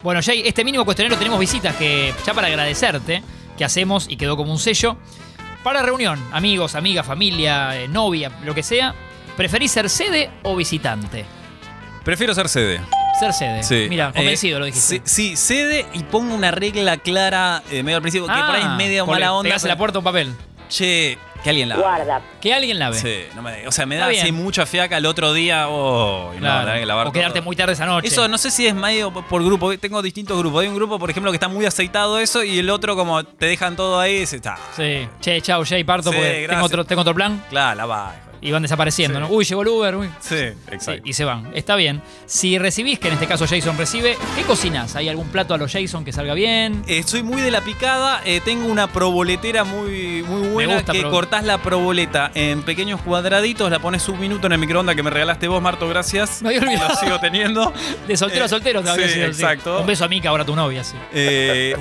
Bueno, Jay, este mínimo cuestionario tenemos visitas que, ya para agradecerte, que hacemos y quedó como un sello. Para reunión, amigos, amiga, familia, eh, novia, lo que sea, ¿preferís ser sede o visitante? Prefiero ser sede. Ser sede. Sí. Mira, Eh, convencido lo dijiste. Sí, sí, sede y pongo una regla clara eh, medio al principio, que por ahí es media ponle, mala onda. Ah, pegás en la pero- puerta un papel. Che, que alguien la. Guarda. Que alguien la ve. Sí, no me- o sea, me Está da bien. así mucha fiaca el otro día. Oh, y no, Claro. tenés que lavar o quedarte todo. muy tarde esa noche. Eso no sé si es medio por grupo. eh, Tengo distintos grupos. Hay un grupo, por ejemplo, que está muy aceitado eso y el otro como te dejan todo ahí y se está. Sí. Che, chao, Jay, parto Sí, porque tengo gracias. otro, tengo otro plan. Claro, lava. hijo. Y van desapareciendo, Sí. ¿no? Uy, llegó el Uber, uy. Sí, exacto. Sí, y se van. Está bien. Si recibís, que en este caso Jason recibe, ¿qué cocinás? ¿Hay algún plato a los Jason que salga bien? Eh, soy muy de la picada, eh, tengo una proboletera muy, muy buena gusta que probo- cortás la proboleta en pequeños cuadraditos, la pones un minuto en el microondas que me regalaste vos, Marto, gracias. Me había olvidado. Lo sigo teniendo. De soltero a Eh, soltero te sí, habría sido, sí. exacto. Un beso a Mica, ahora tu novia, sí. Eh,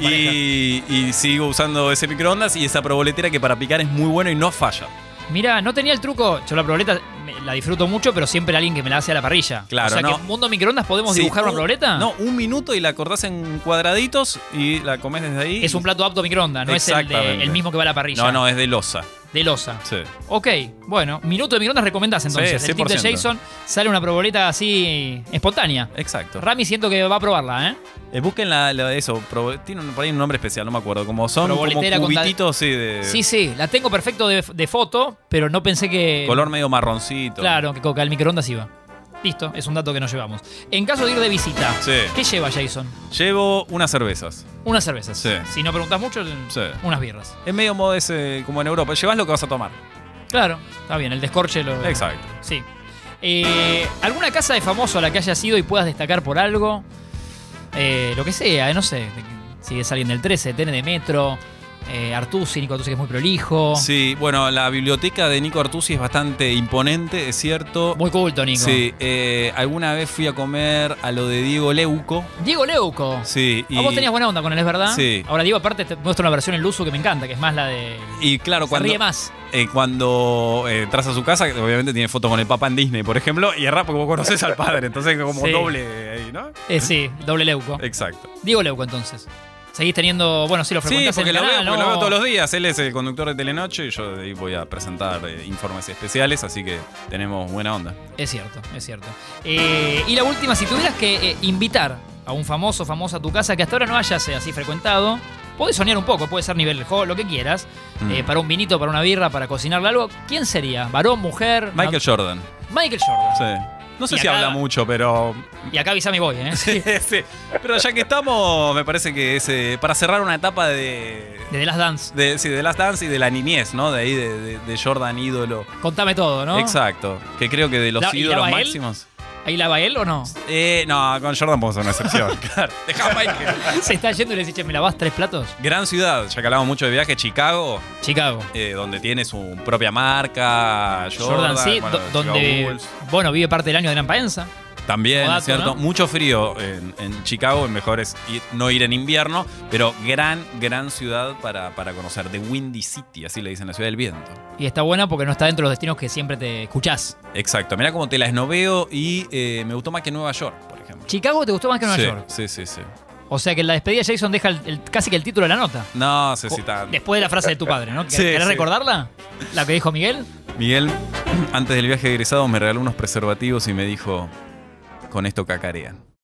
y, y sigo usando ese microondas y esa proboletera que para picar es muy bueno y no falla. Mira, no tenía el truco. Yo la proboleta me- la disfruto mucho, pero siempre alguien que me la hace a la parrilla. Claro, O sea no. que mundo microondas podemos Sí, dibujar una un- proboleta. No, un minuto y la cortás en cuadraditos y la comés desde ahí. Es un plato apto a microondas, no es el, de- Exactamente. el mismo que va a la parrilla. No, no, es de losa. De losa. Sí. Ok, bueno, minuto de microondas recomendás entonces. Sí, el tip de 100%. Jason sale una proboleta así espontánea. Exacto. Rami siento que va a probarla, ¿eh? Eh, busquen la, la- eso, probo- tiene un- por ahí un nombre especial, no me acuerdo. Como son como Proboletera con tal- cubititos, sí, de Sí, sí, la tengo perfecto de, de foto, pero no pensé que. color medio marroncito. Claro, que coca el microondas iba. Listo, es un dato que nos llevamos. En caso de ir de visita, Sí. ¿qué lleva Jason? Llevo unas cervezas. Unas cervezas. Sí. Si no preguntas mucho, eh, Sí. unas birras. Es medio modo ese, como en Europa. Llevas lo que vas a tomar. Claro, está bien, el descorche lo. Exacto. Sí. Eh, ¿Alguna casa de famoso a la que hayas ido y puedas destacar por algo? Eh, lo que sea, eh, no sé. Si es alguien del 13, TN de Metro, eh, Artusi, Nico Artusi que es muy prolijo. Sí, bueno, la biblioteca de Nico Artusi es bastante imponente, es cierto. Muy culto, Nico. Sí, eh, alguna vez fui a comer a lo de Diego Leuco. Diego Leuco. Sí, y, Ah, vos tenías buena onda con él, ¿es verdad? Sí. Ahora digo, aparte te muestro una versión en Luzu que me encanta, que es más la de. y claro, Se cuando, ríe más. eh, cuando eh, entras a su casa, obviamente tiene fotos con el Papa en Disney, por ejemplo, y errás porque vos conocés al padre, entonces como Sí. doble ahí, ¿no? Eh, sí, doble Leuco. Exacto. Diego Leuco, entonces. Seguís teniendo. Bueno, sí, lo Sí, frecuentás porque en lo, el veo, canal, porque ¿no? lo veo todos los días. Él es el conductor de Telenoche y yo de ahí voy a presentar eh, informes especiales, así que tenemos buena onda. Es cierto, es cierto. Eh, y la última, si tuvieras que eh, invitar a un famoso, famosa a tu casa que hasta ahora no hayas eh, así frecuentado, podés soñar un poco, puede ser nivel jo, lo que quieras, Mm. eh, para un vinito, para una birra, para cocinarle algo. ¿Quién sería? ¿Varón, mujer? Michael Jordan. Ma- Michael Jordan. Sí. No sé Y si acá- habla mucho, pero. Y acá avisame voy, ¿eh? Sí, sí. Pero ya que estamos, me parece que es eh, para cerrar una etapa de. De The Last Dance. de- sí, de Last Dance y de la niñez, ¿no? De ahí, de, de- de Jordan ídolo. Contame todo, ¿no? Exacto. Que creo que de los La- ¿y ídolos lava él? máximos. ¿Ahí la va él o no? Eh, no, con Jordan podemos hacer una excepción. claro. Dejá a Michael. Se está yendo y le dice, "Che, ¿me lavás tres platos? Gran ciudad, ya que hablamos mucho de viaje, Chicago. Chicago. eh, donde tiene su propia marca, Jordan, Jordan, sí, bueno, do- Chicago donde, Bulls. bueno, vive parte del año de Gran Paenza. también, Como dato, ¿cierto? ¿no? Mucho frío en, en Chicago, en mejor es ir- no ir en invierno, pero gran, gran ciudad para, para conocer, The Windy City, así le dicen, la ciudad del viento. Y está buena porque no está dentro de los destinos que siempre te escuchás. Exacto, mirá cómo te la esnoveo y eh, me gustó más que Nueva York, por ejemplo. Chicago te gustó más que Nueva sí, York. sí, sí, sí. O sea que en la despedida Jason deja el- el- casi que el título de la nota. No sé Oh, si tan- Después de la frase de tu padre, ¿no? Sí, ¿Querés sí. recordarla? La que dijo Miguel. Miguel, antes del viaje de egresado, me regaló unos preservativos y me dijo, con esto cacarean.